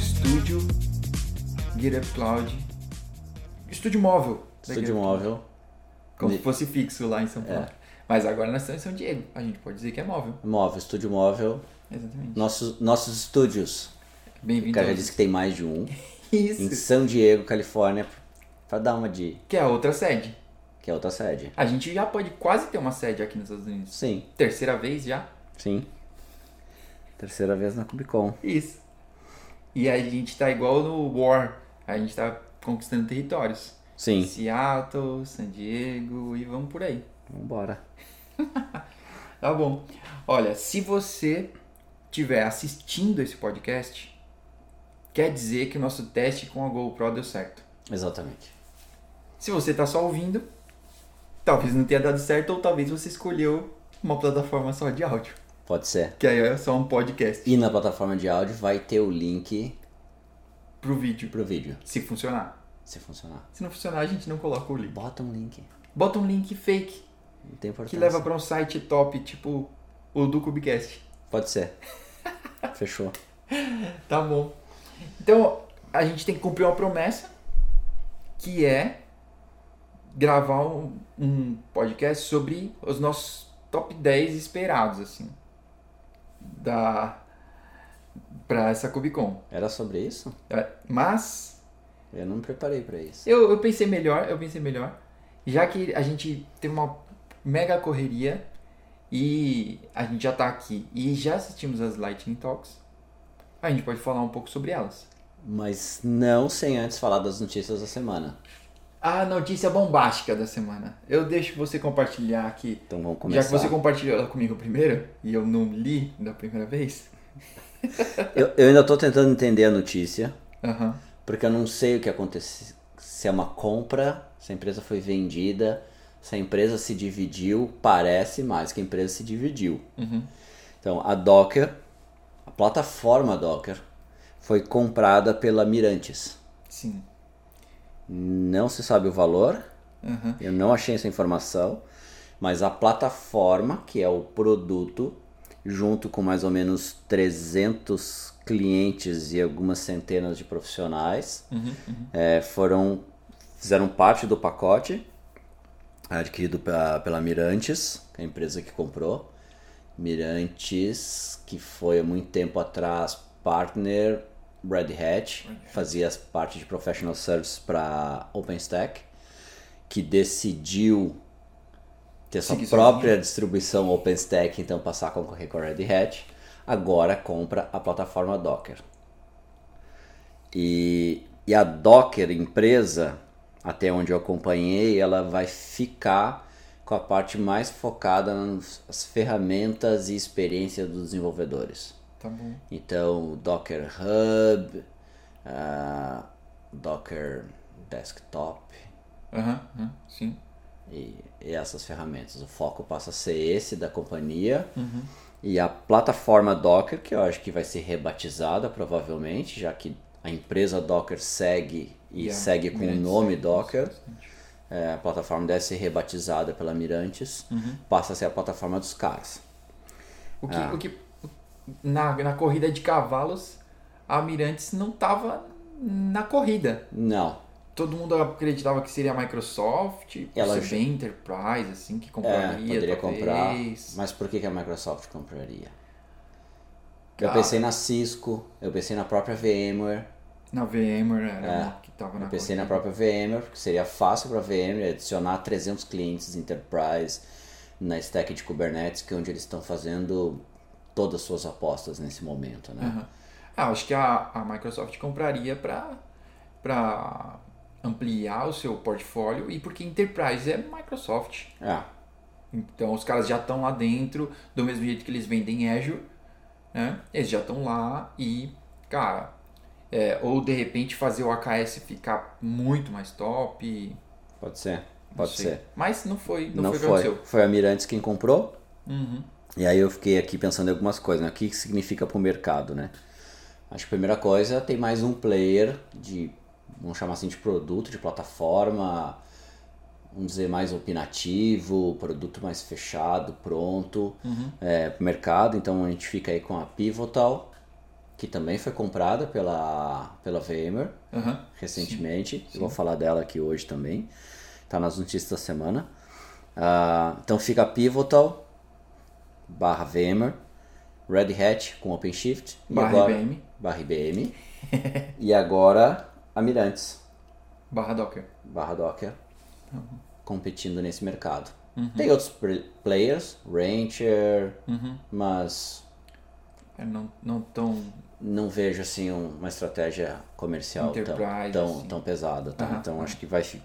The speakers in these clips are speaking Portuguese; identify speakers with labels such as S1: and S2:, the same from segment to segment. S1: Studio, GitHub Cloud, estúdio móvel. da
S2: Estúdio
S1: GitHub.
S2: móvel. É.
S1: Como
S2: Ni-
S1: se fosse fixo lá em São Paulo. Mas agora nós estamos em São Diego. A gente pode dizer que é móvel.
S2: Móvel, estúdio móvel.
S1: Exatamente.
S2: Nossos, nossos estúdios. O
S1: Bem-vindo
S2: cara
S1: ao
S2: já disse que tem mais de um. Em
S1: Isso.
S2: São Diego, Califórnia. Pra dar uma de.
S1: Que é a outra sede.
S2: Que é outra sede.
S1: A gente já pode quase ter uma sede aqui nos Estados Unidos.
S2: Sim,
S1: Terceira vez já.
S2: sim. Terceira vez na Comic Con.
S1: Isso. E a gente tá igual no War. A gente tá conquistando territórios.
S2: Sim.
S1: Seattle, San Diego e vamos por aí.
S2: Vambora.
S1: Tá bom. Olha, se você estiver assistindo esse podcast, quer dizer que o nosso teste com a GoPro deu certo.
S2: Exatamente.
S1: Se você tá só ouvindo, talvez não tenha dado certo ou talvez você escolheu uma plataforma só de áudio,
S2: Pode ser.
S1: que aí é só um podcast
S2: E na plataforma de áudio vai ter o link
S1: pro vídeo,
S2: pro vídeo,
S1: se funcionar.
S2: se funcionar.
S1: Se não funcionar, a gente não coloca o link.
S2: Bota um link.
S1: Bota um link fake
S2: Não tem importância.
S1: que leva pra um site top, tipo o do Cubicast.
S2: Pode ser. Fechou.
S1: Tá bom. Então, a gente tem que cumprir uma promessa, que é gravar um, um podcast sobre os nossos top 10 esperados, assim, da, pra essa Comic Con.
S2: Era sobre isso?
S1: É, Mas,
S2: Eu não me preparei pra isso.
S1: eu, eu pensei melhor, eu pensei melhor, já que a gente teve uma mega correria e a gente já tá aqui e já assistimos as Lightning Talks, a gente pode falar um pouco sobre elas.
S2: Mas não sem antes falar das notícias da semana.
S1: A notícia bombástica da semana. Eu deixo você compartilhar aqui.
S2: Então vamos
S1: Já
S2: começar.
S1: que você compartilhou ela comigo primeiro e eu não li da primeira vez.
S2: eu, eu ainda tô tentando entender a notícia,
S1: Aham.
S2: porque eu não sei o que aconteceu. Se é uma compra, se a empresa foi vendida, se a empresa se dividiu, parece mais que a empresa se dividiu.
S1: Uhum.
S2: Então, a Docker, a plataforma Docker, foi comprada pela Mirantes.
S1: Sim.
S2: Não se sabe o valor,
S1: Aham.
S2: eu não achei essa informação, mas a plataforma, que é o produto, junto com mais ou menos 300 clientes e algumas centenas de profissionais,
S1: Uhum. Uhum.
S2: eh, foram fizeram parte do pacote adquirido pela, pela Mirantes, a empresa que comprou. Mirantes, que foi há muito tempo atrás partner Red Hat, fazia as parte de professional services para OpenStack, que decidiu ter sua
S1: Seguir
S2: própria distribuição OpenStack, então passar a concorrer com a Red Hat. Agora compra a plataforma Docker. E, e a Docker empresa, até onde eu acompanhei, ela vai ficar com a parte mais focada nas ferramentas e experiência dos desenvolvedores.
S1: Tá bom.
S2: Então, o Docker Hub, ah, Docker Desktop
S1: Aham. Aham. Sim.
S2: e, e essas ferramentas. O foco passa a ser esse da companhia.
S1: Uhum.
S2: E a plataforma Docker, que eu acho que vai ser rebatizada provavelmente, já que a empresa Docker segue e
S1: Yeah.
S2: segue com o
S1: Mirantes,
S2: nome
S1: sim,
S2: Docker.
S1: bastante.
S2: É, a plataforma deve ser rebatizada pela Mirantes,
S1: Uhum.
S2: passa a ser a plataforma dos caras.
S1: O que,
S2: Ah.
S1: o que na, na corrida de cavalos, a Mirantes não tava na corrida.
S2: Não,
S1: Todo mundo acreditava que seria a Microsoft,
S2: Ela
S1: ela
S2: já-
S1: bem Enterprise, assim, que
S2: é,
S1: compraria,
S2: poderia comprar,
S1: talvez.
S2: mas por que, que a Microsoft compraria?
S1: Ah.
S2: Eu pensei na Cisco, eu pensei na própria VMware,
S1: Na VMware era
S2: É,
S1: uma que tava na
S2: eu pensei na
S1: corrida.
S2: própria VMware, porque seria fácil para a VMware adicionar 300 clientes Enterprise na stack de Kubernetes, que é onde eles estão fazendo todas as suas apostas nesse momento, né?
S1: Aham. Ah, acho que a, a Microsoft compraria pra pra ampliar o seu portfólio e porque Enterprise é Microsoft.
S2: Ah,
S1: Então os caras já estão lá dentro, do mesmo jeito que eles vendem Azure, né? Eles já estão lá e, cara, é, ou de repente fazer o AKS ficar muito mais top. não
S2: pode ser, pode
S1: sei.
S2: ser.
S1: Mas não foi, não, Então
S2: Não,
S1: foi o que
S2: foi.
S1: aconteceu.
S2: Foi a Mirantes quem comprou.
S1: Uhum.
S2: E aí eu fiquei aqui pensando em algumas coisas, né? O que que significa pro mercado, né? Acho que a primeira coisa tem mais um player de, vamos chamar assim, de produto, de plataforma, vamos dizer, mais opinativo, produto mais fechado, pronto
S1: Uhum.
S2: é, pro mercado. Então a gente fica aí com a Pivotal, que também foi comprada pela, pela VMware
S1: Aham.
S2: recentemente. Eu vou falar dela aqui hoje também. Tá nas notícias da semana. Ah, então fica Pivotal barra VMware, Red Hat com OpenShift e
S1: Barra
S2: agora-
S1: IBM.
S2: barra IBM. e agora Amirantes
S1: Barra Docker.
S2: barra Docker competindo nesse mercado. Tem outros pre- players, Rancher, mas
S1: É, não, não tão.
S2: não vejo assim um- uma estratégia comercial tão,
S1: Enterprise,
S2: tão,
S1: assim.
S2: tão pesada. tá?
S1: Aham.
S2: Então acho que vai fi-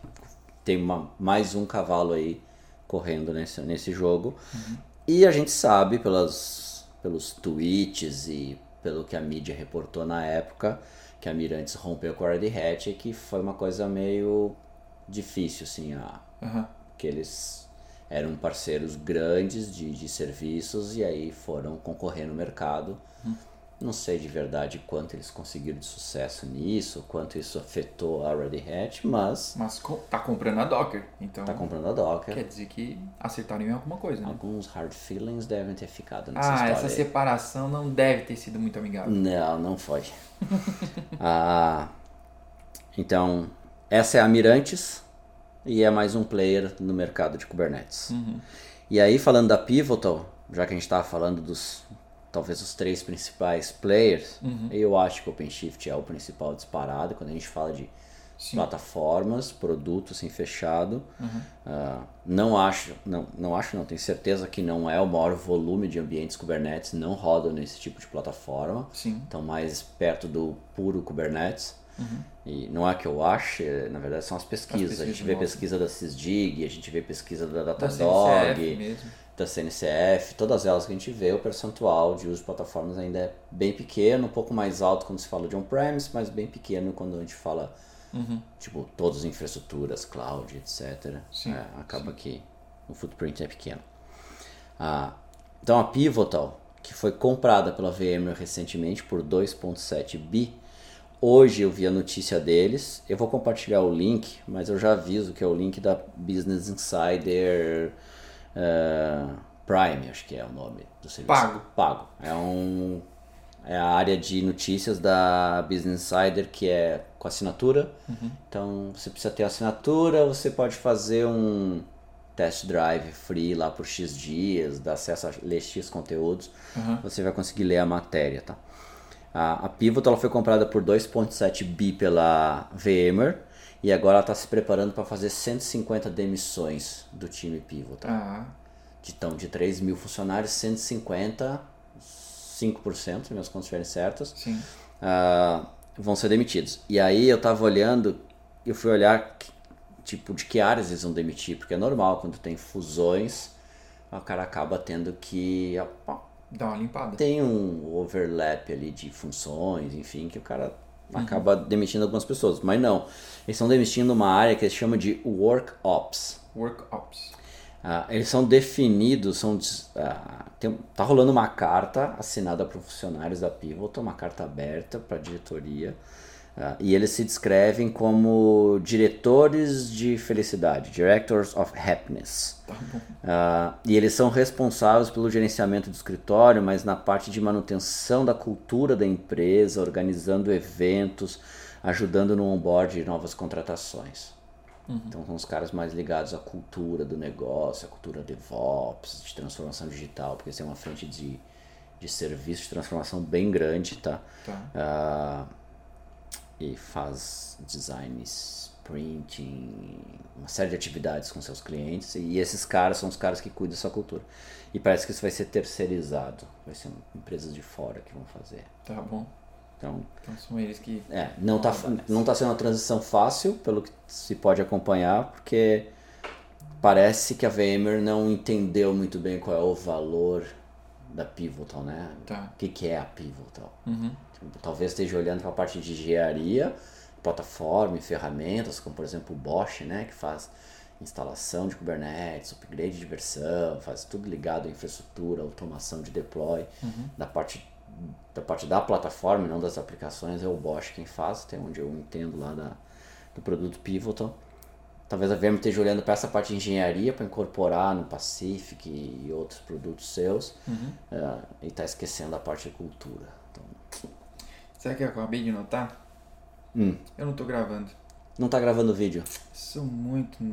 S2: tem uma- mais um cavalo aí correndo nesse, nesse jogo.
S1: Uhum.
S2: E a gente sabe pelas, pelos tweets e pelo que a mídia reportou na época que a Mirantes rompeu com a Red Hat e que foi uma coisa meio difícil assim a,
S1: Aham.
S2: que eles eram parceiros grandes de, de serviços e aí foram concorrer no mercado.
S1: Hum.
S2: Não sei de verdade quanto eles conseguiram de sucesso nisso, quanto isso afetou a Red Hat, mas
S1: Mas co- tá comprando a Docker. Então
S2: tá comprando a Docker.
S1: quer dizer que acertaram em alguma coisa, né?
S2: Alguns hard feelings devem ter ficado nessa
S1: Ah,
S2: é história.
S1: essa
S2: aí.
S1: separação não deve ter sido muito amigável.
S2: Não, não foi. ah, então, essa é a Mirantes e é mais um player no mercado de Kubernetes.
S1: Uhum,
S2: E aí, falando da Pivotal, já que a gente estava falando dos talvez os três principais players,
S1: Uhum.
S2: eu acho que o OpenShift é o principal disparado quando a gente fala de
S1: Sim.
S2: plataformas, produtos assim, fechado.
S1: uhum.
S2: Ah, não acho, não, não acho, não tenho certeza que não é o maior volume de ambientes Kubernetes, não rodam nesse tipo de plataforma
S1: Sim.
S2: estão mais perto do puro Kubernetes. E não é que eu ache, na verdade são as pesquisas.
S1: Uhum. As
S2: a gente
S1: pesquisas
S2: vê
S1: mostram.
S2: pesquisa da Sysdig, a gente vê pesquisa da
S1: Da
S2: Datadog,
S1: CNCF Tá mesmo.
S2: da CNCF, todas elas que a gente vê, o percentual de uso de plataformas ainda é bem pequeno, um pouco mais alto quando se fala de on-premise, mas bem pequeno quando a gente fala,
S1: Uhum,
S2: tipo, todas as infraestruturas, cloud, etc.
S1: Sim,
S2: É, acaba que o footprint é pequeno. Ah, então a Pivotal, que foi comprada pela VMware recentemente por 2.7 bi, hoje eu vi a notícia deles. Eu vou compartilhar o link, mas eu já aviso que é o link da Business Insider eh, Prime, acho que é o nome do serviço.
S1: Pago.
S2: Pago. É um é a área de notícias da Business Insider que é com assinatura. Então você precisa ter assinatura, você pode fazer um test drive free lá por X dias, dá acesso a ler X conteúdos.
S1: Aham.
S2: Você vai conseguir ler a matéria, tá? A, a Pivot ela foi comprada por 2.7 bi pela VMware e agora ela está se preparando para fazer 150 demissões do time Pivot. tá?
S1: Ah,
S2: De, então, de 3 mil funcionários, 150, 5%, se minhas contas estiverem certas,
S1: sim.
S2: ah, vão ser demitidos. E aí eu tava olhando, eu fui olhar que- tipo de que áreas eles vão demitir, porque é normal quando tem fusões, o cara acaba tendo que ah,
S1: Dá uma limpada.
S2: tem um overlap ali de funções, enfim, que o cara acaba demitindo algumas pessoas, mas não. Eles estão demitindo uma área que eles chamam de work ops.
S1: Work Ops.
S2: Ah, eles são definidos, são des- ah, tem- tá rolando uma carta assinada por funcionários da Pivotal, uma carta aberta para a diretoria, ah, e eles se descrevem como diretores de felicidade, directors of happiness.
S1: Tá
S2: Ah, e eles são responsáveis pelo gerenciamento do escritório, mas na parte de manutenção da cultura da empresa, organizando eventos, ajudando no onboard de novas contratações. Então são os caras mais ligados à cultura do negócio, à cultura DevOps, de transformação digital, porque eles têm uma frente de, de serviço de transformação bem grande, tá?
S1: Tá.
S2: Ah, e faz designs, printing, uma série de atividades com seus clientes. E esses caras são os caras que cuidam dessa cultura. E parece que isso vai ser terceirizado. Vai ser empresas de fora que vão fazer.
S1: Tá bom.
S2: Então,
S1: Então são eles que.
S2: é, não tá, não tá sendo uma transição fácil, pelo que se pode acompanhar, porque parece que a VMware não entendeu muito bem qual é o valor da Pivotal, né?
S1: Tá.
S2: O que, que é a Pivotal?
S1: Uhum.
S2: Tipo, Talvez esteja olhando para a parte de engenharia, plataforma e ferramentas, como por exemplo o Bosch, né? Que faz instalação de Kubernetes, upgrade de versão, faz tudo ligado à infraestrutura, automação de deploy, da parte da parte da plataforma, e não das aplicações, é o Bosch quem faz, até onde eu entendo lá da, do produto Pivotal. Talvez a VM esteja olhando para essa parte de engenharia para incorporar no Pacific e Ah, tá outros produtos seus eh, e está esquecendo a parte de cultura. Então,
S1: Sabe o que eu acabei de notar?
S2: Hum.
S1: Eu não tô gravando.
S2: Não tá gravando o vídeo,
S1: Sou muito,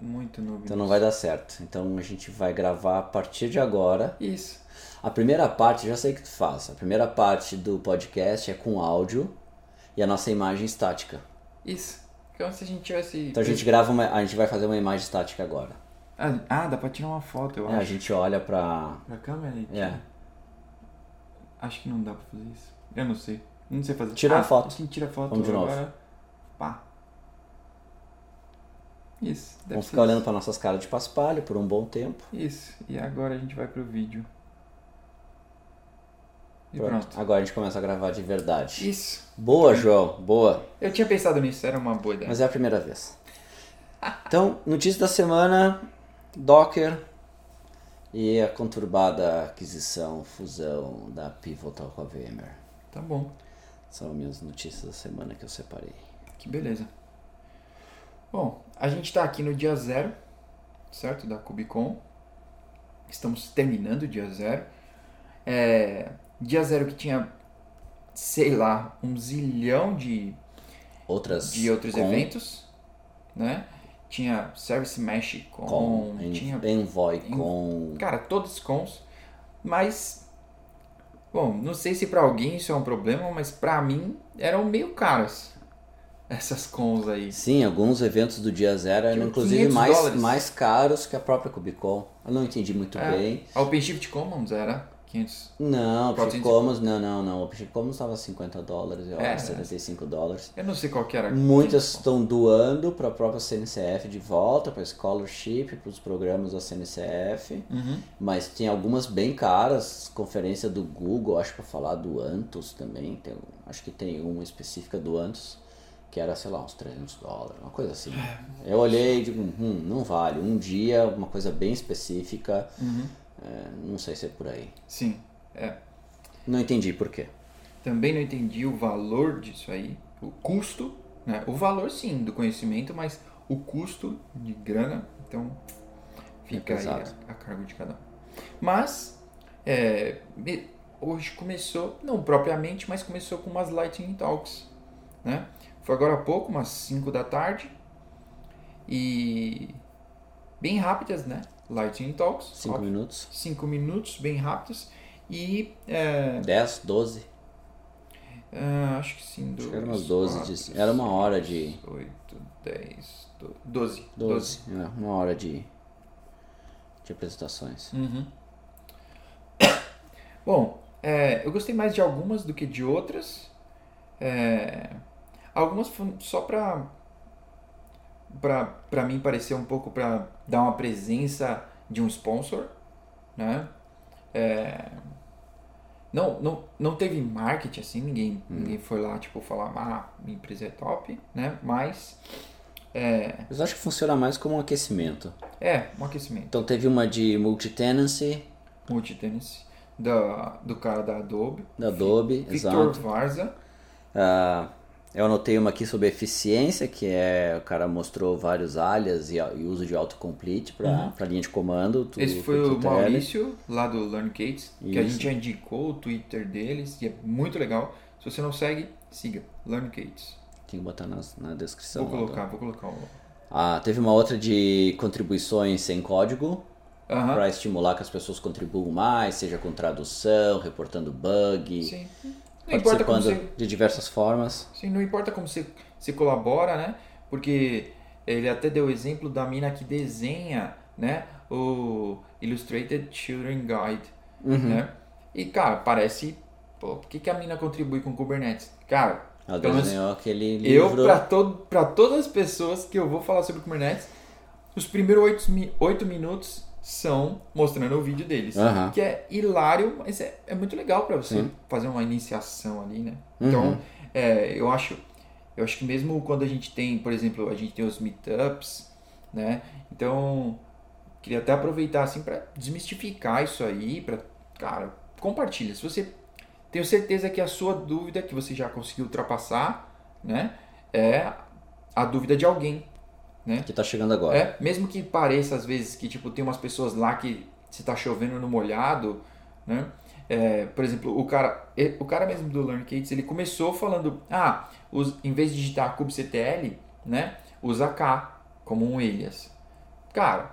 S1: muito noob.
S2: então não vai dar certo. Então a gente vai gravar a partir de agora.
S1: Isso.
S2: A primeira parte, eu já sei o que tu faz. A primeira parte do podcast é com áudio e a nossa imagem estática.
S1: Isso. Então se a gente tivesse.
S2: Então a gente grava uma, a gente vai fazer uma imagem estática agora.
S1: Ah, ah, dá pra tirar uma foto, eu
S2: É, a
S1: acho.
S2: gente olha pra.
S1: Pra câmera aí.
S2: É.
S1: Acho que não dá pra fazer isso. Eu não sei. Não sei fazer.
S2: Tira
S1: ah,
S2: a foto.
S1: A gente tira a foto
S2: Vamos de novo.
S1: agora. Pá. Isso. Deve
S2: Vamos
S1: ser
S2: ficar
S1: isso.
S2: olhando pra nossas caras de paspalho por um bom tempo.
S1: Isso. E agora a gente vai pro vídeo. E
S2: Pronto.
S1: pronto.
S2: Agora a gente começa a gravar de verdade.
S1: Isso.
S2: Boa, João. Boa.
S1: Eu tinha pensado nisso, era uma boa ideia.
S2: Mas é a primeira vez. Então, notícia da semana: Docker e a conturbada aquisição, fusão da Pivotal com a VMware.
S1: Tá bom.
S2: São minhas notícias da semana que eu separei.
S1: Que beleza. Bom, a gente tá aqui no dia zero, certo? Da Cubicon. Estamos terminando o dia zero. É, dia zero que tinha, sei lá, um zilhão de,
S2: Outras
S1: de outros
S2: com-
S1: eventos, né? Tinha Service Mesh com,
S2: com en-
S1: tinha,
S2: Envoy
S1: en-
S2: com
S1: cara, todos cons, mas, bom, não sei se pra alguém isso é um problema, mas pra mim eram meio caras essas cons aí.
S2: Sim, alguns eventos do dia zero eram
S1: Tipo,
S2: inclusive
S1: 500
S2: mais,
S1: dólares.
S2: mais caros que a própria Cubicon. Eu não entendi muito
S1: É.
S2: bem.
S1: A OpenShift Commons era 500.
S2: Não, o Objective
S1: 400.
S2: Commons, não, não, não. O Objective Commons estava 50 dólares, eu
S1: É,
S2: acho,
S1: é.
S2: 75 dólares.
S1: Eu não sei qual que era.
S2: Muitas estão doando para a própria CNCF de volta, para scholarship, para os programas da CNCF.
S1: Uhum.
S2: Mas tem algumas bem caras, conferência do Google, acho para falar do Antus também. Tem, um, acho que tem uma específica do Antus, que era, sei lá, uns 300 dólares, uma coisa assim.
S1: É.
S2: Eu olhei e digo, hum, não vale. Um dia, uma coisa bem específica,
S1: Uhum.
S2: é, não sei se é por aí.
S1: Sim.
S2: Não entendi por quê.
S1: Também não entendi o valor disso aí. O custo. Né? O valor, sim, do conhecimento, mas o custo de grana. Então, fica aí
S2: pesado.
S1: a, a cargo de cada um. Mas, é, me- hoje começou, não propriamente, mas começou com umas Lightning Talks. Né? Foi agora há pouco, umas 5 da tarde. E. Bem rápidas, né? Lightning Talks.
S2: Cinco
S1: óbvio.
S2: minutos?
S1: 5 minutos, bem rápidos. E é,
S2: 10, 12?
S1: ah, acho que sim,
S2: Acho
S1: dois,
S2: que era umas 12 de-
S1: quatro,
S2: era uma hora
S1: seis,
S2: de-
S1: oito, dez, do- doze 12.
S2: 12. É, uma hora de, de apresentações.
S1: Uhum. Bom, é, eu gostei mais de algumas do que de outras. É, algumas fo- só pra, pra, pra mim parecer um pouco pra dar uma presença de um sponsor, né? É, não, não, não teve marketing assim, ninguém, ninguém foi lá tipo falar, ah, minha empresa é top, né? Mas
S2: Mas eu acho que funciona mais como um aquecimento.
S1: é um aquecimento.
S2: Então teve uma de multi-tenancy,
S1: Multitenancy, da, do cara da Adobe.
S2: da Adobe,
S1: Victor
S2: exato.
S1: Varza.
S2: Ah, eu anotei uma aqui sobre eficiência, que é o cara mostrou vários alias e, e uso de autocomplete para a linha de comando. do
S1: Uhum. Esse foi o
S2: TTL.
S1: Maurício, lá do Learn Gates, que a
S2: né? Isso.
S1: gente já indicou o Twitter deles, e é muito legal. Se você não segue, siga. Learn Gates.
S2: Tem que botar nas- na descrição.
S1: Vou
S2: lá do-
S1: colocar, vou colocar o.
S2: Ah, teve uma outra de contribuições sem código,
S1: Aham.
S2: para estimular que as pessoas contribuam mais, seja com tradução, reportando bug,
S1: Sim. Não importa como
S2: participando
S1: você.
S2: de diversas formas.
S1: Sim, não importa como você, você colabora, né? Porque ele até deu o exemplo da mina que desenha, né? O Illustrated Children Guide.
S2: Uhum.
S1: né? E, cara, parece. Pô, por que, que a mina contribui com Kubernetes? Cara,
S2: Ela
S1: pelo menos
S2: desenhou aquele
S1: Eu,
S2: livro.
S1: pra, todo, pra todas as pessoas que eu vou falar sobre Kubernetes, os primeiros oito mi- oito minutos são mostrando o vídeo deles.
S2: Aham.
S1: Que é hilário, mas é, é muito legal pra você
S2: Tá. Sim.
S1: fazer uma iniciação ali, né?
S2: Uhum.
S1: Então, é, eu acho eu acho que mesmo quando a gente tem, por exemplo, a gente tem os meetups, né? Então, queria até aproveitar assim pra desmistificar isso aí, para cara, compartilha. Se você tenho certeza que a sua dúvida que você já conseguiu ultrapassar, né, é a dúvida de alguém.
S2: Que tá chegando agora.
S1: É, mesmo que pareça às vezes que tipo tem umas pessoas lá que se tá chovendo no molhado, né? É, por exemplo, o cara, o cara mesmo do LearnKates, ele começou falando, ah, os, em vez de digitar kubectl, né, usa k como um alias. Cara,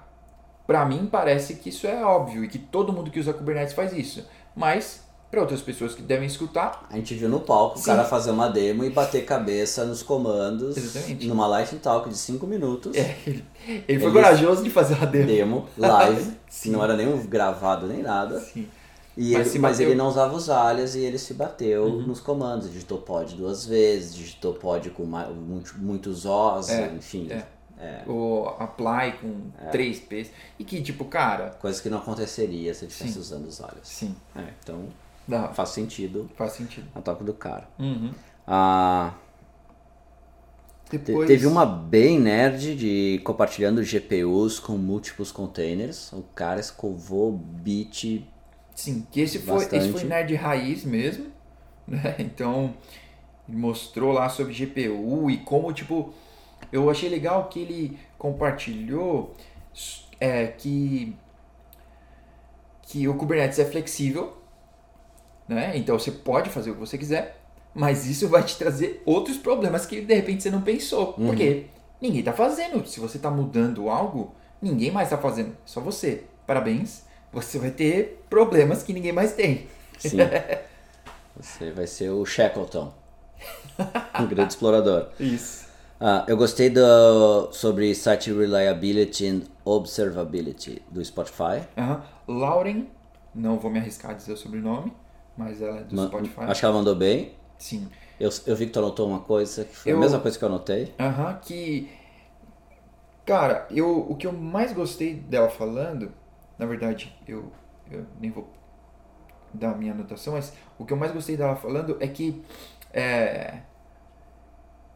S1: para mim parece que isso é óbvio e que todo mundo que usa Kubernetes faz isso, mas para outras pessoas que devem escutar,
S2: A gente viu no palco
S1: Sim.
S2: o cara fazer uma demo e bater cabeça nos comandos
S1: Exatamente.
S2: numa Lightning Talk de 5 minutos.
S1: é, ele, ele foi
S2: Ele-
S1: corajoso de fazer uma demo.
S2: Demo, live,
S1: Sim.
S2: não era nem um gravado nem nada.
S1: Sim.
S2: E
S1: Mas
S2: ele-
S1: se
S2: mas
S1: bateu. Uhum.
S2: ele não usava os alias e ele se bateu nos comandos. Digitou pod duas vezes, digitou pod com ma- muito- muitos Os,
S1: É,
S2: enfim.
S1: é. O apply com três P's. E que, tipo, cara,
S2: Coisa que não aconteceria se ele estivesse
S1: Sim.
S2: usando os alias.
S1: sim,
S2: É, então
S1: dá,
S2: faz sentido
S1: faz sentido.
S2: a toca do cara.
S1: Uhum.
S2: Ah, Te-
S1: Depois,
S2: Teve uma bem nerd de compartilhando GPUs com múltiplos containers. O cara escovou bit.
S1: Sim, que esse foi, esse foi
S2: Bastante.
S1: nerd raiz mesmo, né? Então, ele mostrou lá sobre GPU e como, tipo, eu achei legal que ele compartilhou s- é, que, que o Kubernetes é flexível, né? Então você pode fazer o que você quiser, mas isso vai te trazer outros problemas que de repente você não pensou.
S2: Uhum.
S1: Porque ninguém tá fazendo. Se você tá mudando algo, ninguém mais tá fazendo, só você. Parabéns. Você vai ter problemas que ninguém mais tem.
S2: Sim. Você vai ser o Shackleton. Um grande explorador.
S1: Isso.
S2: Ah, eu gostei do, sobre Site Reliability and Observability do Spotify.
S1: Aham. Lauren, não vou me arriscar a dizer o sobrenome, mas ela é do
S2: Ma-
S1: Spotify.
S2: Acho que ela mandou bem.
S1: Sim.
S2: Eu, eu vi que tu anotou uma coisa que foi
S1: Eu-
S2: a mesma coisa que eu anotei.
S1: Aham, que. Cara, eu, o que eu mais gostei dela falando, na verdade, eu, eu nem vou dar a minha anotação, mas o que eu mais gostei dela falando é que é,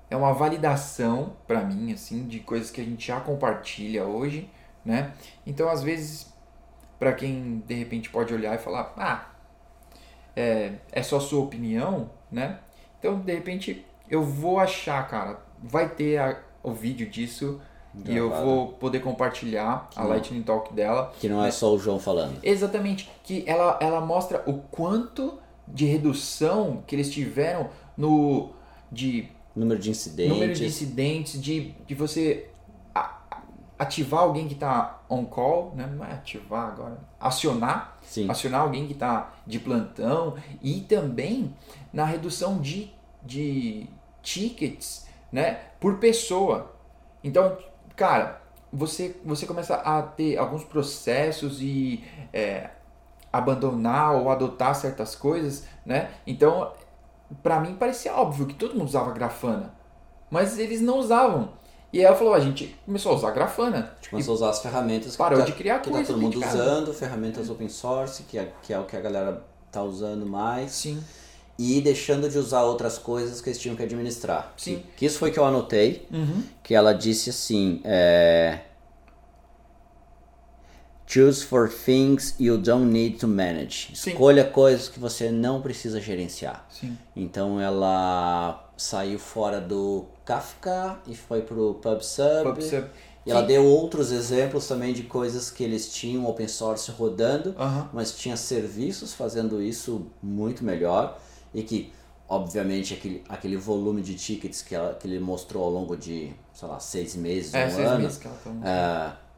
S1: é uma validação pra mim, assim, de coisas que a gente já compartilha hoje, né? Então, às vezes, pra quem de repente pode olhar e falar, ah, é, é só sua opinião, né? Então, de repente, eu vou achar, cara, vai ter a- o vídeo disso e eu
S2: Gravado.
S1: vou poder compartilhar a
S2: Sim.
S1: Lightning Talk dela.
S2: Que não é só o João falando.
S1: Exatamente, que ela, ela mostra o quanto de redução que eles tiveram no de
S2: Número de incidentes.
S1: número de incidentes, de, de você a- a- ativar alguém que está on call, né? não é ativar agora, acionar,
S2: Sim.
S1: acionar alguém que está de plantão e também na redução de, de tickets né, por pessoa. Então, cara, você, você começa a ter alguns processos e é, abandonar ou adotar certas coisas, né? Então, pra mim parecia óbvio que todo mundo usava grafana, mas eles não usavam. E aí ela falou, "Ah, a gente começou a usar grafana.
S2: A gente começou a usar as ferramentas que,
S1: parou
S2: tá,
S1: de criar
S2: que
S1: coisa
S2: tá todo
S1: dentro
S2: mundo
S1: de casa.
S2: usando, ferramentas open source, que é, que é o que a galera tá usando mais,
S1: Sim,
S2: e deixando de usar outras coisas que eles tinham que administrar.
S1: Sim.
S2: Que, que isso foi que eu anotei,
S1: Uhum.
S2: que ela disse assim, é, Choose for things you don't need to manage.
S1: Sim.
S2: Escolha coisas que você não precisa gerenciar.
S1: sim.
S2: Então ela saiu fora do Kafka e foi pro PubSub.
S1: PubSub.
S2: E ela deu outros exemplos também de coisas que eles tinham open source rodando,
S1: Aham.
S2: mas tinha serviços fazendo isso muito melhor e que, obviamente, aquele, aquele volume de tickets que, ela, que ele mostrou ao longo de, sei lá, seis meses,
S1: É,
S2: um
S1: seis
S2: ano,
S1: meses que ela tá no-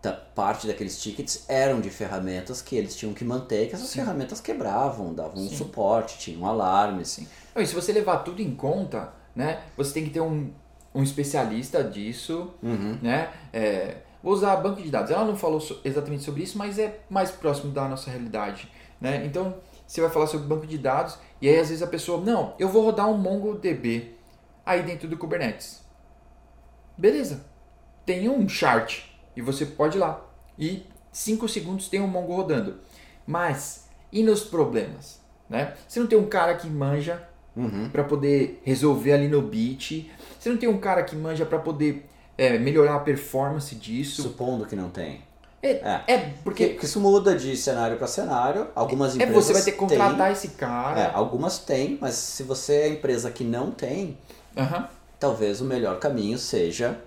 S2: ta- parte daqueles tickets eram de ferramentas que eles tinham que manter, que essas
S1: Sim.
S2: ferramentas quebravam, davam um
S1: Sim.
S2: suporte, tinham alarmes.
S1: Sim. Não, e se você levar tudo em conta, né? Você tem que ter um, um especialista disso,
S2: Uhum.
S1: né? É, vou usar banco de dados. Ela não falou so- exatamente sobre isso, mas é mais próximo da nossa realidade, né? Então, você vai falar sobre banco de dados e aí às vezes a pessoa, não, eu vou rodar um MongoDB aí dentro do Kubernetes. Beleza. Tem um chart e você pode ir lá. E 5 segundos tem um Mongo rodando. Mas, e nos problemas? Né? Você não tem um cara que manja
S2: Uhum.
S1: para poder resolver ali no beat. Você não tem um cara que manja para poder é, melhorar a performance disso.
S2: Supondo que não tem.
S1: É,
S2: É.
S1: é
S2: Porque,
S1: porque
S2: porque isso muda de cenário para cenário. Algumas
S1: é,
S2: empresas
S1: você vai ter que
S2: têm.
S1: contratar esse
S2: É,
S1: cara.
S2: algumas têm, mas se você é a empresa que não tem,
S1: Aham.
S2: talvez o melhor caminho seja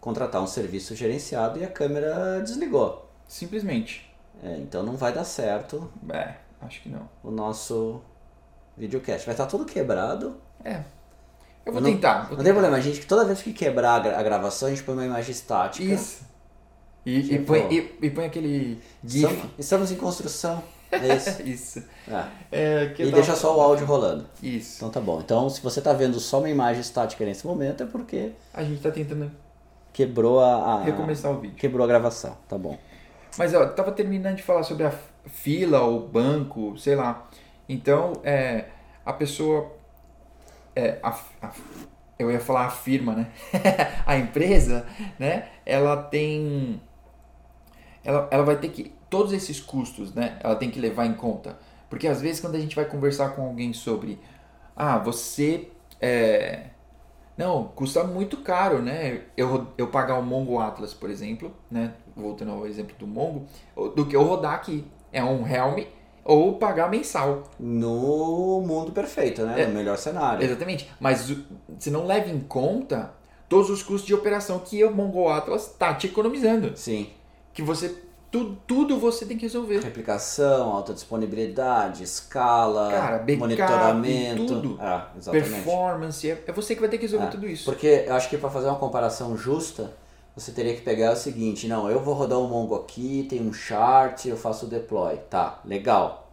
S2: contratar um serviço gerenciado e a câmera desligou.
S1: Simplesmente.
S2: É, então não vai dar certo
S1: É. Acho que não.
S2: o nosso videocast. Vai estar tudo quebrado.
S1: É. Eu vou
S2: Não-
S1: tentar. vou
S2: Não tem
S1: tentar.
S2: problema, a gente, toda vez que quebrar a, gra- a gravação, a gente põe uma imagem estática.
S1: Isso. E, e
S2: Tipo-
S1: põe, e- e põe aquele GIF.
S2: Estamos, estamos em construção. É isso.
S1: Isso.
S2: É.
S1: É, que
S2: E
S1: dá-
S2: deixa só o áudio rolando.
S1: Isso.
S2: Então tá bom. Então, se você tá vendo só uma imagem estática nesse momento, é porque
S1: A gente tá tentando
S2: quebrou a. a-
S1: recomeçar o vídeo.
S2: Quebrou a gravação. Tá bom.
S1: Mas ó, tava terminando de falar sobre a f- fila ou banco, sei lá. Então, é, a pessoa. é, a f- a f- eu ia falar a firma, né? a empresa, né? Ela tem. Ela, ela vai ter que. Todos esses custos, né? Ela tem que levar em conta. Porque às vezes, quando a gente vai conversar com alguém sobre. Ah, você. é, não, custa muito caro, né? Eu, ro- eu pagar o Mongo Atlas, por exemplo, né? Voltando ao exemplo do Mongo, do que eu rodar aqui. É um Helm ou pagar mensal.
S2: No mundo perfeito,
S1: É.
S2: né? No melhor cenário.
S1: Exatamente. Mas o- você não leva em conta todos os custos de operação que o Mongo Atlas tá te economizando.
S2: Sim.
S1: Que você. tu- tudo você tem que resolver.
S2: Replicação, alta disponibilidade, escala,
S1: Cara, backup,
S2: monitoramento.
S1: tudo.
S2: Ah, exatamente.
S1: Performance. É é você que vai ter que resolver
S2: É,
S1: tudo isso.
S2: Porque eu acho que para fazer uma comparação justa, você teria que pegar o seguinte, não, eu vou rodar o Mongo aqui, tem um chart, eu faço o deploy, tá, legal.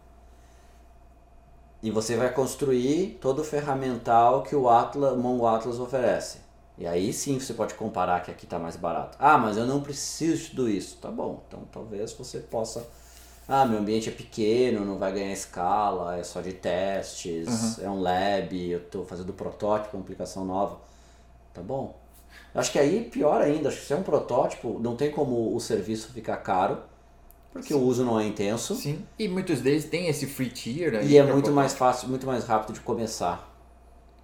S2: E você vai construir todo o ferramental que o Atlas, Mongo Atlas oferece. E aí sim você pode comparar que aqui está mais barato. Ah, mas eu não preciso de tudo isso. Tá bom, então talvez você possa... Ah, meu ambiente é pequeno, não vai ganhar escala, é só de testes,
S1: Uhum.
S2: é um lab, eu estou fazendo protótipo, uma aplicação nova. Tá bom. Acho que aí pior ainda, acho que se é um protótipo, não tem como o serviço ficar caro, porque o uso não é intenso
S1: Sim. E muitos deles têm esse free tier aí.
S2: e é
S1: pra
S2: muito
S1: botar.
S2: mais fácil, muito mais rápido de começar.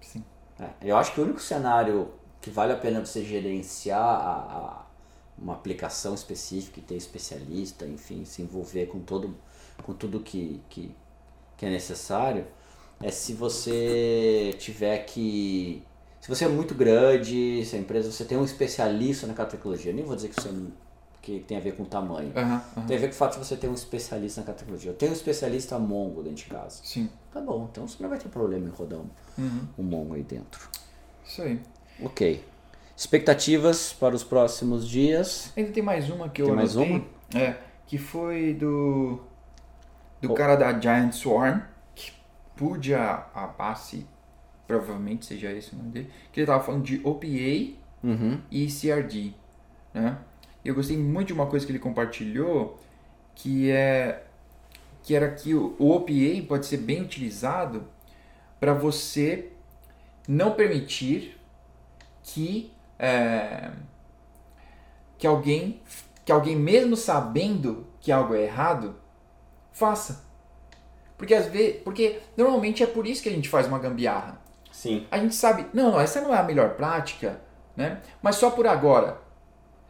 S1: Sim.
S2: É, eu acho que o único cenário que vale a pena você gerenciar a- a- uma aplicação específica e ter especialista, enfim, se envolver com todo com tudo que, que, que é necessário, é se você tiver que. Se você é muito grande, se a empresa, você tem um especialista naquela tecnologia. Eu nem vou dizer que isso é um- que tem a ver com tamanho.
S1: Aham, aham.
S2: Tem a ver com o fato de você ter um especialista naquela tecnologia. Eu tenho um especialista mongo dentro de casa.
S1: Sim.
S2: Tá bom, então você não vai ter problema em rodar um,
S1: Uhum.
S2: um mongo aí dentro.
S1: Isso aí.
S2: Ok. Expectativas para os próximos dias.
S1: Ainda tem mais uma que eu
S2: Tem mais
S1: anotei.
S2: uma?
S1: É, que foi do do
S2: Oh.
S1: cara da Giant Swarm, que pude a, a base, provavelmente seja esse o nome dele, que ele tava falando de OPA
S2: Uhum.
S1: e CRD, né? E eu gostei muito de uma coisa que ele compartilhou, que é que era que o, o OPA pode ser bem utilizado para você não permitir que é, que alguém que alguém mesmo sabendo que algo é errado faça porque às vezes porque normalmente é por isso que a gente faz uma gambiarra
S2: Sim.
S1: a gente sabe, não, não, essa não é a melhor prática, né? Mas só por agora.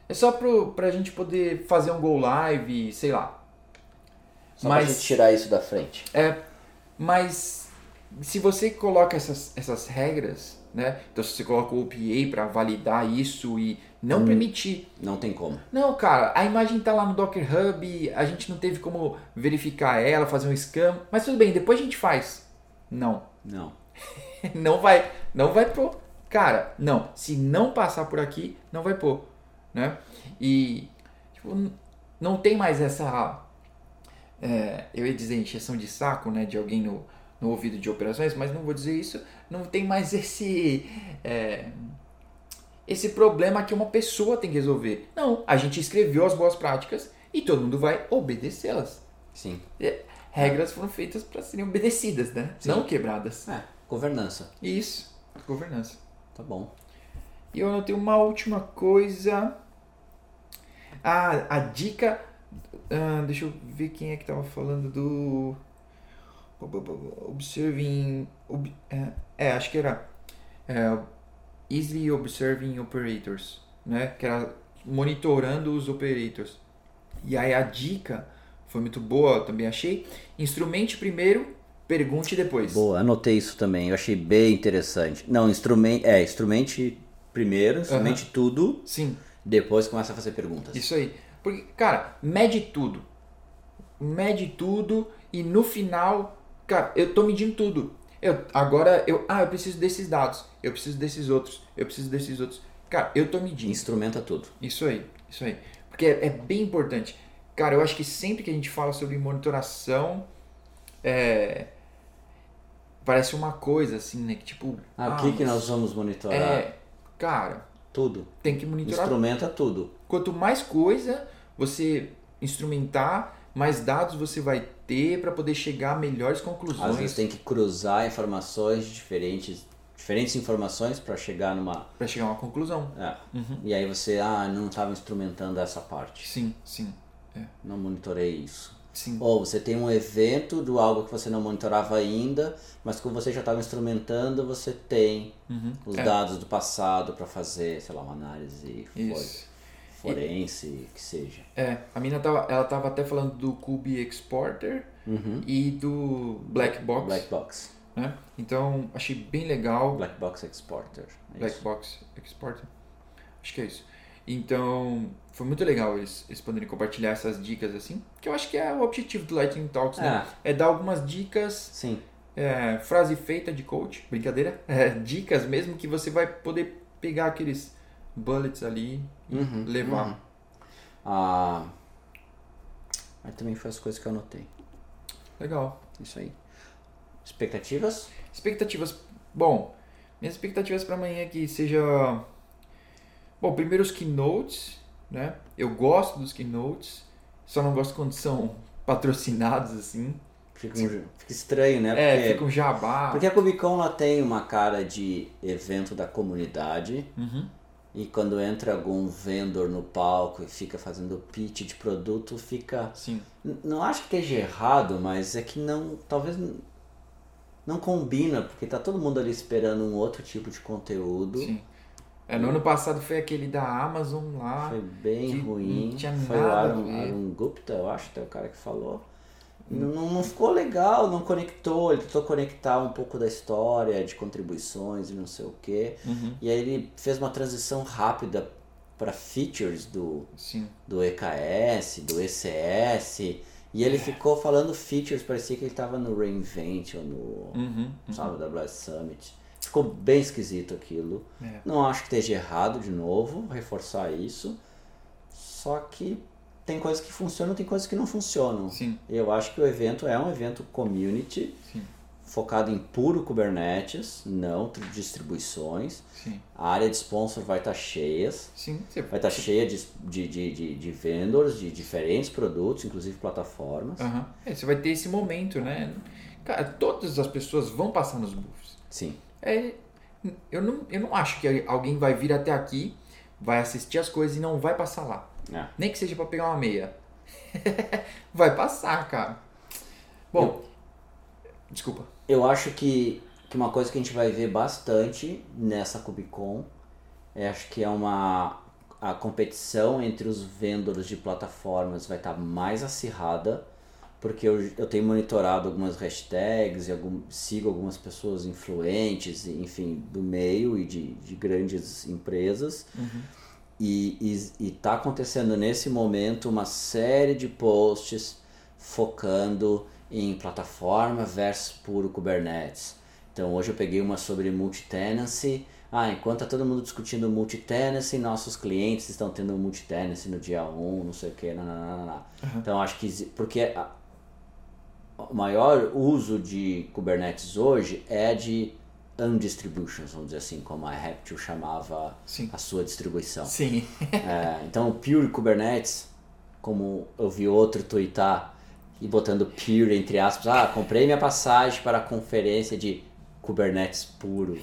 S1: É só pro, pra gente poder fazer um go live, sei lá.
S2: Só
S1: Mas-
S2: pra gente tirar isso da frente.
S1: Mas se você coloca essas, essas regras, né? Então se você coloca o OPA pra validar isso e
S2: Hum.
S1: não permitir.
S2: Não tem como.
S1: Não, cara, a imagem tá lá no Docker Hub, a gente não teve como verificar ela, fazer um scan, mas tudo bem, depois a gente faz. Não.
S2: Não.
S1: não vai, não vai pôr. Cara, não, se não passar por aqui, não vai pôr, né? E tipo, n- não tem mais essa é, eu ia dizer encheção de saco, né, de alguém no, no ouvido de operações, mas não vou dizer isso, não tem mais esse é, esse problema que uma pessoa tem que resolver. Não, a gente escreveu as boas práticas e todo mundo vai obedecê-las.
S2: Sim.
S1: Regras foram feitas para serem obedecidas, né?
S2: Sim.
S1: Não quebradas.
S2: É, governança.
S1: Isso, governança.
S2: Tá bom.
S1: E eu anotei uma última coisa. Ah, a dica. ah, deixa eu ver quem é que tava falando do. Observing. ob- é, é, acho que era. é, easily Observing Operators, né? Que era monitorando os operators. E aí a dica foi muito boa, eu também achei. Instrumente primeiro, pergunte depois.
S2: Boa, anotei isso também. Eu achei bem interessante. Não, instrumento. É, instrumente primeiro, instrumente tudo,
S1: Sim.
S2: depois começa a fazer perguntas.
S1: Isso aí. Porque, cara, mede tudo. Mede tudo E no final, cara, eu tô medindo tudo. Eu, agora eu, ah, eu preciso desses dados, eu preciso desses outros, eu preciso desses outros. Cara, eu tô medindo.
S2: Instrumenta tudo.
S1: Isso aí, isso aí. Porque é, é bem importante. Cara, eu acho que sempre que a gente fala sobre monitoração, é, parece uma coisa assim, né? Que tipo.
S2: Ah, o que, que
S1: mas-
S2: nós vamos monitorar?
S1: É, cara,
S2: Tudo.
S1: tem que monitorar
S2: Instrumenta tudo.
S1: quanto mais coisa você instrumentar, mais dados você vai ter para poder chegar a melhores conclusões.
S2: Às vezes tem que cruzar informações diferentes, diferentes informações para chegar numa.
S1: Pra chegar a uma conclusão.
S2: é.
S1: Uhum.
S2: E aí você, ah, não estava instrumentando essa parte,
S1: Sim, sim,
S2: não monitorei isso.
S1: sim.
S2: Ou você tem um evento do algo que você não monitorava ainda, mas como você já estava instrumentando, você tem
S1: Uhum.
S2: os
S1: É,
S2: dados do passado para fazer, sei lá, uma análise for-
S1: Isso.
S2: forense, que seja.
S1: É, a mina tava, ela tava até falando do Cube Exporter
S2: Uhum.
S1: e do Black Box,
S2: Black Box.
S1: né? Então, achei bem legal.
S2: Black Box Exporter. é
S1: Black
S2: isso.
S1: Box Exporter. Acho que é isso. Então, foi muito legal eles, eles poderem compartilhar essas dicas assim, que eu acho que é o objetivo do Lightning Talks, né?
S2: Ah,
S1: É dar algumas dicas,
S2: sim.
S1: é, frase feita de coach, brincadeira, é, dicas mesmo que você vai poder pegar aqueles bullets ali e
S2: Uhum,
S1: levar.
S2: uhum. Ah, mas também foi as coisas que eu anotei.
S1: Legal.
S2: Isso aí. Expectativas?
S1: Expectativas. Bom, minhas expectativas para amanhã é que seja. Bom, primeiro os keynotes, né? Eu gosto dos keynotes, só não gosto quando são patrocinados assim.
S2: Fica, um- fica estranho, né?
S1: É,
S2: Porque-
S1: fica um jabá.
S2: Porque a Comic Con ela tem uma cara de evento da comunidade
S1: Uhum.
S2: e quando entra algum vendor no palco e fica fazendo pitch de produto, fica.
S1: Sim.
S2: N- Não acho que esteja errado, mas é que não. Talvez n- não combina, porque tá todo mundo ali esperando um outro tipo de conteúdo.
S1: Sim. É, no ano passado foi aquele da Amazon lá.
S2: Foi bem
S1: que
S2: ruim.
S1: não tinha
S2: Foi o
S1: nada a
S2: Arun,
S1: ver. Hum.
S2: Arun Gupta, eu acho, que é o cara que falou. Não, não- não ficou legal, não conectou. Ele tentou conectar um pouco da história, de contribuições e não sei o quê.
S1: Uhum.
S2: E aí ele fez uma transição rápida para features do,
S1: Sim.
S2: do EKS, do ECS. E
S1: É.
S2: ele ficou falando features, parecia que ele tava no Reinvent ou no
S1: Uhum.
S2: sabe, WS Summit. Ficou bem esquisito aquilo.
S1: É.
S2: Não acho que esteja errado de novo, reforçar isso. Só que tem coisas que funcionam, tem coisas que não funcionam.
S1: Sim.
S2: Eu acho que o evento é um evento community,
S1: Sim.
S2: focado em puro Kubernetes, não tri- distribuições.
S1: Sim.
S2: A área de sponsor vai estar cheia.
S1: Sim. Você...
S2: Vai estar cheia de, de, de, de, de vendors, de diferentes produtos, inclusive plataformas.
S1: Aham. É, você vai ter esse momento, né? Cara, todas as pessoas vão passar nos buffs.
S2: Sim.
S1: É, eu, não, eu não acho que alguém vai vir até aqui, vai assistir as coisas e não vai passar lá.
S2: É.
S1: Nem que seja pra pegar uma meia. vai passar, cara. Bom, desculpa.
S2: Eu acho que, que uma coisa que a gente vai ver bastante nessa Cubicon é acho que é uma a competição entre os vendors de plataformas vai estar mais acirrada porque eu, eu tenho monitorado algumas hashtags e algum- sigo algumas pessoas influentes e, enfim do meio e de, de grandes empresas e, e, e tá acontecendo nesse momento uma série de posts focando em plataforma versus puro Kubernetes. Então hoje eu peguei uma sobre multi-tenancy. Ah, enquanto tá todo mundo discutindo multi-tenancy, nossos clientes estão tendo multi-tenancy no dia 1, não sei o que, nananana.
S1: Aham.
S2: Então acho que exi- porque a- o maior uso de Kubernetes hoje é de undistributions, vamos dizer assim, como a Reptil chamava
S1: Sim.
S2: a sua distribuição.
S1: Sim.
S2: É, então, Pure Kubernetes, como eu vi outro tweetar e botando Pure entre aspas, ah, comprei minha passagem para a conferência de Kubernetes puro,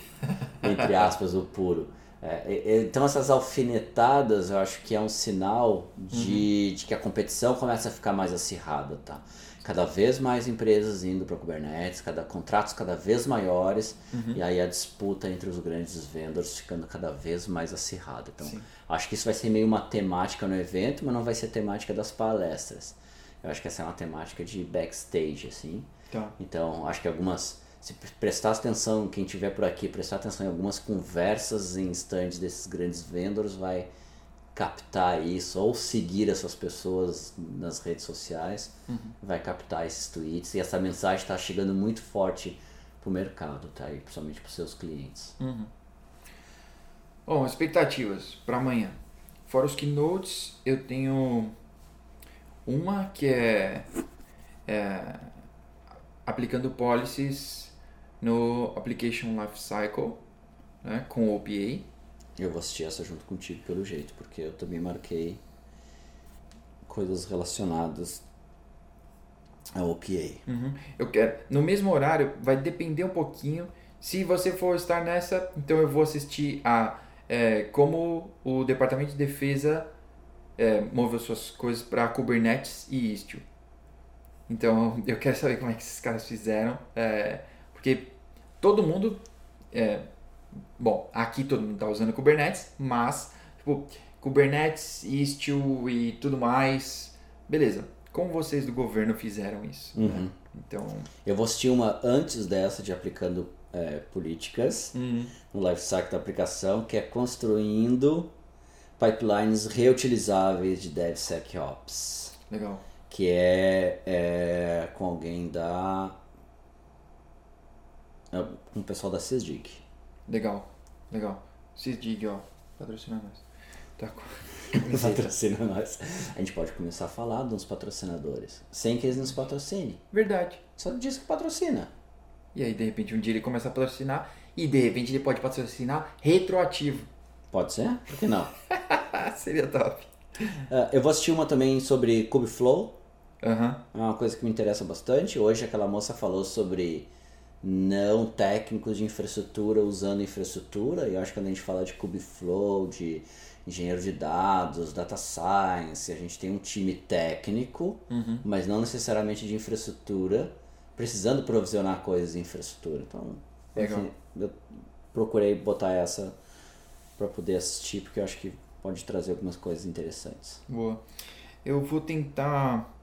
S2: entre aspas, o puro. É, e- e- então, essas alfinetadas eu acho que é um sinal de, de que a competição começa a ficar mais acirrada, tá? Cada vez mais empresas indo para Kubernetes, cada contratos cada vez maiores, e aí a disputa entre os grandes vendors ficando cada vez mais acirrada. Então,
S1: Sim.
S2: Acho que isso vai ser meio uma temática no evento, mas não vai ser temática das palestras. Eu acho que essa é uma temática de backstage, assim.
S1: Tá.
S2: Então, acho que algumas. Se pre- prestar atenção, quem tiver por aqui, prestar atenção em algumas conversas em stands desses grandes vendors, vai captar isso ou seguir essas pessoas nas redes sociais, vai captar esses tweets e essa mensagem está chegando muito forte para o mercado, tá? E principalmente para os seus clientes.
S1: Bom, expectativas para amanhã. Fora os keynotes, eu tenho uma que é, é, aplicando policies no Application Lifecycle né, com o OPA.
S2: Eu vou assistir essa junto contigo pelo jeito, porque eu também marquei coisas relacionadas ao OPA.
S1: Uhum. Eu quero. No mesmo horário, vai depender um pouquinho. Se você for estar nessa, então eu vou assistir a é, como o Departamento de Defesa é, moveu suas coisas para Kubernetes e Istio. Então eu quero saber como é que esses caras fizeram, é, porque todo mundo, é, bom, aqui todo mundo está usando Kubernetes, mas tipo, Kubernetes, Istio e tudo mais, beleza. Como vocês do governo fizeram isso? né?
S2: Uhum.
S1: Então,
S2: Eu vou assistir uma antes dessa de aplicando é, políticas no lifecycle da aplicação, que é construindo pipelines reutilizáveis de DevSecOps,
S1: legal.
S2: que é, é, com alguém da é, com o pessoal da CISDIC.
S1: Legal, legal. Cisdig, ó, patrocina nós. Tá com...
S2: Patrocina nós. é A gente pode começar a falar dos patrocinadores, sem que eles nos patrocinem.
S1: Verdade.
S2: Só diz que patrocina.
S1: E aí, de repente, um dia ele começa a patrocinar e de repente ele pode patrocinar retroativo.
S2: Pode ser? Por que não?
S1: Seria top.
S2: Ah, eu vou assistir uma também sobre Kubeflow,
S1: Aham.
S2: É uma coisa que me interessa bastante. Hoje aquela moça falou sobre não técnicos de infraestrutura usando infraestrutura. E eu acho que quando a gente fala de Kubeflow, de engenheiro de dados, data science, a gente tem um time técnico,
S1: Uhum.
S2: mas não necessariamente de infraestrutura, precisando provisionar coisas de infraestrutura. Então,
S1: Legal.
S2: enfim, eu procurei botar essa para poder assistir, porque eu acho que pode trazer algumas coisas interessantes.
S1: Boa. Eu vou tentar.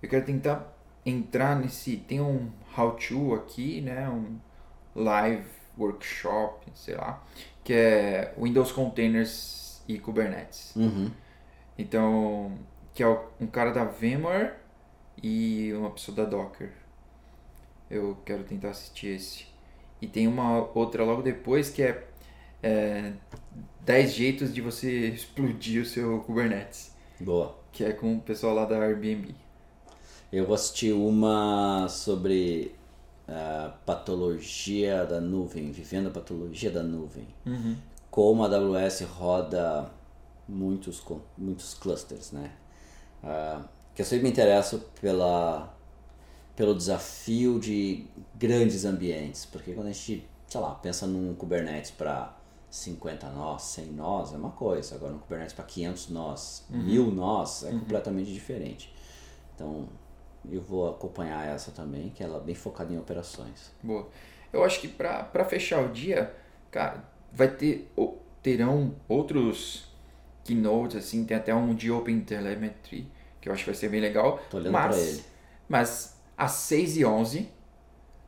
S1: Eu quero tentar entrar nesse. Tem um how to aqui, né? Um live workshop, sei lá. Que é Windows Containers e Kubernetes.
S2: Uhum.
S1: Então, que é o- um cara da VMware e uma pessoa da Docker. Eu quero tentar assistir esse. E tem uma outra logo depois que é, é 10 jeitos de você explodir o seu Kubernetes,
S2: Boa.
S1: que é com o pessoal lá da Airbnb.
S2: Eu vou assistir uma sobre a patologia da nuvem, vivendo a patologia da nuvem. Como a AWS roda muitos, con- muitos clusters, né? Ah, que eu sempre me interesso pela, pelo desafio de grandes ambientes, porque quando a gente, sei lá, pensa num Kubernetes para 50 nós, 100 nós, é uma coisa. Agora, um Kubernetes para 500 nós,
S1: Uhum.
S2: 1000 nós, é completamente diferente. Então, eu vou acompanhar essa também, que ela é bem focada em operações.
S1: Boa. Eu acho que pra pra fechar o dia, cara, vai ter o- terão outros keynotes assim, tem até um de Open Telemetry, que eu acho que vai ser bem legal,
S2: Tô olhando
S1: mas
S2: pra ele.
S1: mas às 6h11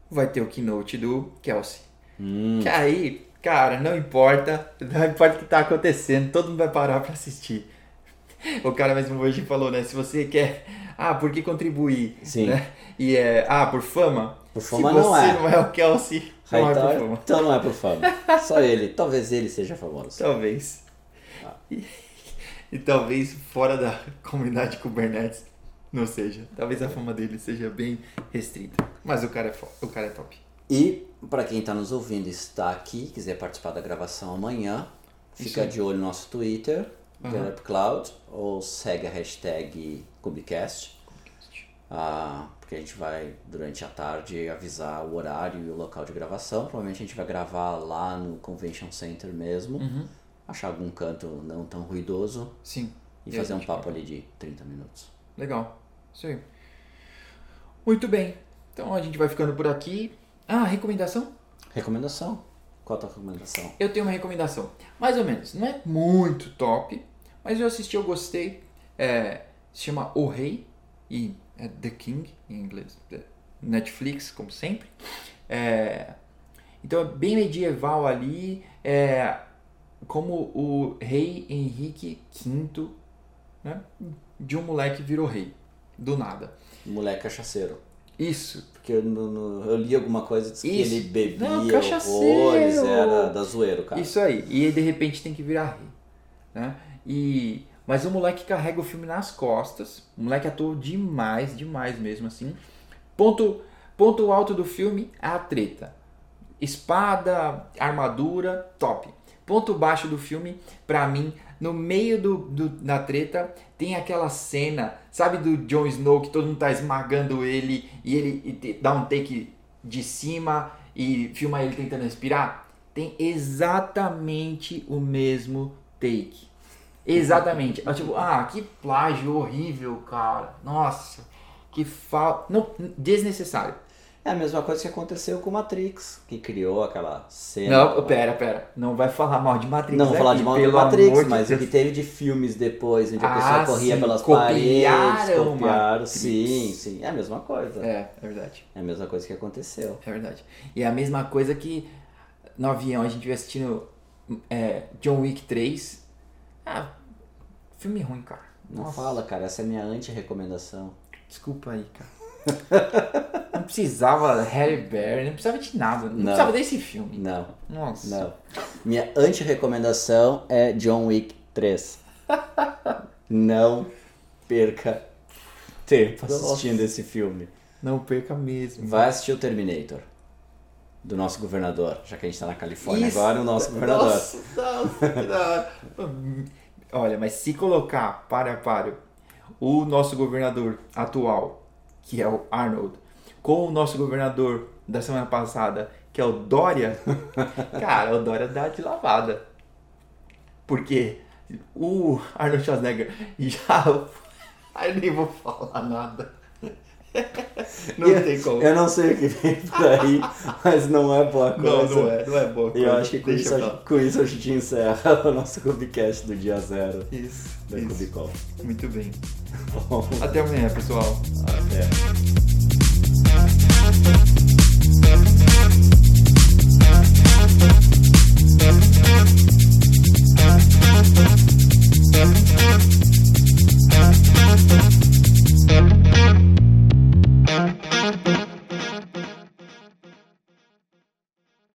S1: vai ter o keynote do Kelsey.
S2: Hum.
S1: Que aí, cara, não importa, não importa o que tá acontecendo, todo mundo vai parar pra assistir. O cara mesmo hoje falou, né? Se você quer, ah, por que contribuir?
S2: Sim.
S1: Né? E é, ah, por fama?
S2: Por fama
S1: Se você
S2: não é.
S1: não é o Kelsey, não é por
S2: Hightower,
S1: fama.
S2: então não é por fama. Só ele. Talvez ele seja famoso.
S1: Talvez.
S2: Ah.
S1: E, e talvez fora da comunidade Kubernetes não seja. Talvez
S2: É.
S1: a fama dele seja bem restrita. Mas o cara é, fo- o cara é top.
S2: E para quem está nos ouvindo e está aqui, quiser participar da gravação amanhã,
S1: Isso
S2: fica
S1: aí.
S2: de olho no nosso Twitter,
S1: Aham.
S2: GetUpCloud, Cloud, ou segue a hashtag Cubicast, ah, porque a gente vai, durante a tarde, avisar o horário e o local de gravação. Provavelmente a gente vai gravar lá no Convention Center mesmo,
S1: Uhum.
S2: achar algum canto não tão ruidoso
S1: Sim.
S2: e,
S1: E aí,
S2: fazer um
S1: gente,
S2: papo ali de 30 minutos.
S1: Legal. Isso aí. Muito bem. Então a gente vai ficando por aqui. Ah, recomendação?
S2: Recomendação? Qual a tua recomendação?
S1: Eu tenho uma recomendação. Mais ou menos. Não é muito top, mas eu assisti, eu gostei. É, se chama O Rei e é The King em inglês. Netflix, como sempre. É, então é bem medieval ali. É, como o rei Henrique V, né, de um moleque virou rei, do nada.
S2: Moleque é cachaceiro.
S1: Isso,
S2: Porque eu, no- no- eu li alguma coisa e disse que
S1: Isso.
S2: ele bebia
S1: Não, cachaceiro.
S2: horrores, era da zoeiro, cara.
S1: isso aí. E aí, de repente tem que virar rei, né? E mas o moleque carrega o filme nas costas. O moleque atuou demais, demais mesmo assim. Ponto ponto alto do filme é a treta. Espada, armadura, top. Ponto baixo do filme, pra mim, no meio do, do- da treta, tem aquela cena, sabe, do Jon Snow que todo mundo tá esmagando ele e ele e te- dá um take de cima e filma ele tentando respirar? Tem exatamente o mesmo take. Exatamente. É tipo, ah, que plágio horrível, cara. Nossa, que falta. Não, desnecessário.
S2: É a mesma coisa que aconteceu com Matrix, que criou aquela cena.
S1: Não, pera, pera. Não vai falar mal de Matrix.
S2: Não vou falar
S1: aqui,
S2: de mal do
S1: pelo amor
S2: Matrix,
S1: de
S2: mas o
S1: Deus.
S2: que teve de filmes depois, onde a
S1: Ah,
S2: pessoa corria
S1: sim,
S2: pelas
S1: copiaram
S2: paredes, copiaram.
S1: Matrix.
S2: Sim, sim. É a mesma coisa. É.
S1: É, é verdade.
S2: a mesma coisa que aconteceu.
S1: É verdade. E é a mesma coisa que no avião a gente vai assistindo é, John Wick 3. Ah, filme ruim, cara.
S2: Não
S1: Nossa,
S2: fala, cara, essa é minha anti-recomendação.
S1: Desculpa aí, cara. não precisava Harry Berry, não precisava de nada. Não,
S2: Não.
S1: precisava desse filme.
S2: Não,
S1: Nossa.
S2: não. Minha anti-recomendação é John Wick 3. Não perca tempo assistindo esse filme.
S1: Não perca mesmo.
S2: Vai assistir o Terminator. Do nosso governador, já que a gente tá na Califórnia
S1: Isso.
S2: agora, o nosso governador.
S1: Nossa, nossa, que da hora. Olha, mas se colocar para a páreo o nosso governador atual, que é o Arnold, com o nosso governador da semana passada, que é o Dória, cara, o Dória dá de lavada. Porque o Arnold Schwarzenegger já. Ai, nem vou falar nada. Não
S2: Eu-
S1: tem como.
S2: Eu não sei o que vem por aí, mas não é boa coisa.
S1: Não, não é, não é boa.
S2: E eu acho que com
S1: Deixa
S2: isso,
S1: eu
S2: a gente-
S1: falar.
S2: com isso a gente encerra o nosso Cubicast do dia zero
S1: Isso, Tá
S2: da
S1: isso.
S2: Cubicol.
S1: Muito bem.
S2: Bom,
S1: Até amanhã, pessoal.
S2: até.